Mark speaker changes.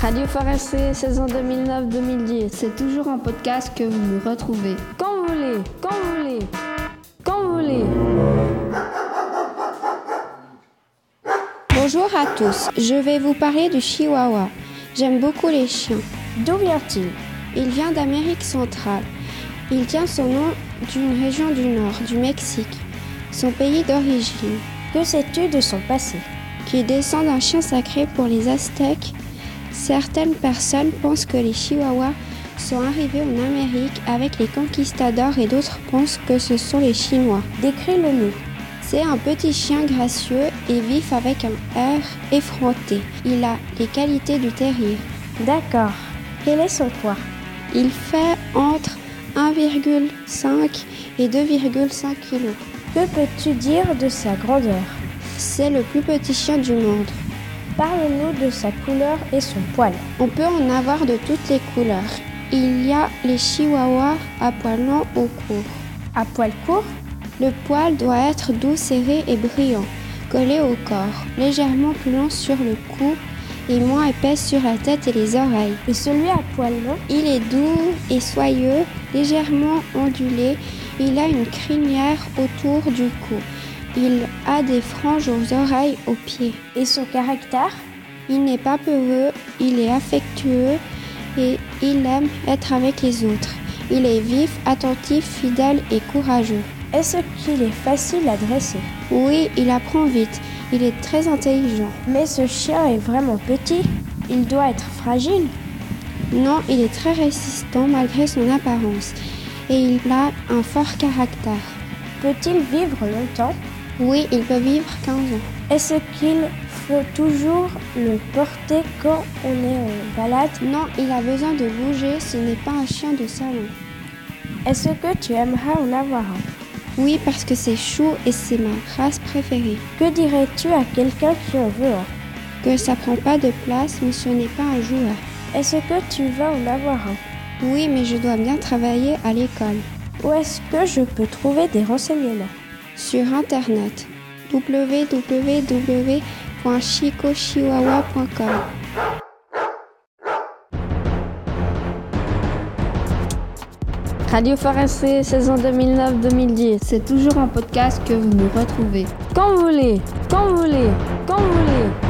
Speaker 1: Radio Forestier, saison 2009-2010.
Speaker 2: C'est toujours un podcast que vous nous retrouvez.
Speaker 1: Quand vous voulez, quand vous voulez, quand vous voulez.
Speaker 2: Bonjour à tous, je vais vous parler du chihuahua. J'aime beaucoup les chiens.
Speaker 1: D'où vient-il
Speaker 2: Il vient d'Amérique centrale. Il tient son nom d'une région du nord, du Mexique, son pays d'origine,
Speaker 1: Que sais-tu de son passé
Speaker 2: qui descend d'un chien sacré pour les Aztèques. Certaines personnes pensent que les chihuahuas sont arrivés en Amérique avec les conquistadors et d'autres pensent que ce sont les Chinois.
Speaker 1: Décris-le-nous.
Speaker 2: C'est un petit chien gracieux et vif avec un air effronté. Il a les qualités du terrier.
Speaker 1: D'accord. Quel est son poids
Speaker 2: Il fait entre 1,5 et 2,5 kg.
Speaker 1: Que peux-tu dire de sa grandeur
Speaker 2: C'est le plus petit chien du monde.
Speaker 1: Parle-nous de sa couleur et son poil.
Speaker 2: On peut en avoir de toutes les couleurs. Il y a les chihuahuas à poil long ou court.
Speaker 1: À poil court
Speaker 2: Le poil doit être doux, serré et brillant, collé au corps, légèrement plus long sur le cou et moins épais sur la tête et les oreilles.
Speaker 1: Et celui à poil long
Speaker 2: Il est doux et soyeux, légèrement ondulé. Il a une crinière autour du cou. Il a des franges aux oreilles, aux pieds.
Speaker 1: Et son caractère
Speaker 2: Il n'est pas peureux, il est affectueux et il aime être avec les autres. Il est vif, attentif, fidèle et courageux.
Speaker 1: Est-ce qu'il est facile à dresser
Speaker 2: Oui, il apprend vite. Il est très intelligent.
Speaker 1: Mais ce chien est vraiment petit. Il doit être fragile.
Speaker 2: Non, il est très résistant malgré son apparence. Et il a un fort caractère.
Speaker 1: Peut-il vivre longtemps
Speaker 2: Oui, il peut vivre 15 ans.
Speaker 1: Est-ce qu'il faut toujours le porter quand on est en balade
Speaker 2: Non, il a besoin de bouger, ce n'est pas un chien de salon.
Speaker 1: Est-ce que tu aimeras en avoir un
Speaker 2: Oui, parce que c'est chou et c'est ma race préférée.
Speaker 1: Que dirais-tu à quelqu'un qui en veut un
Speaker 2: Que ça prend pas de place, mais ce n'est pas un jouet.
Speaker 1: Est-ce que tu vas en avoir un
Speaker 2: Oui, mais je dois bien travailler à l'école.
Speaker 1: Où est-ce que je peux trouver des renseignements
Speaker 2: Sur internet www.chicochihuahua.com
Speaker 1: Radio Forestier, saison 2009-2010.
Speaker 2: C'est toujours un podcast que vous nous retrouvez.
Speaker 1: Quand vous voulez, quand vous voulez, quand vous voulez.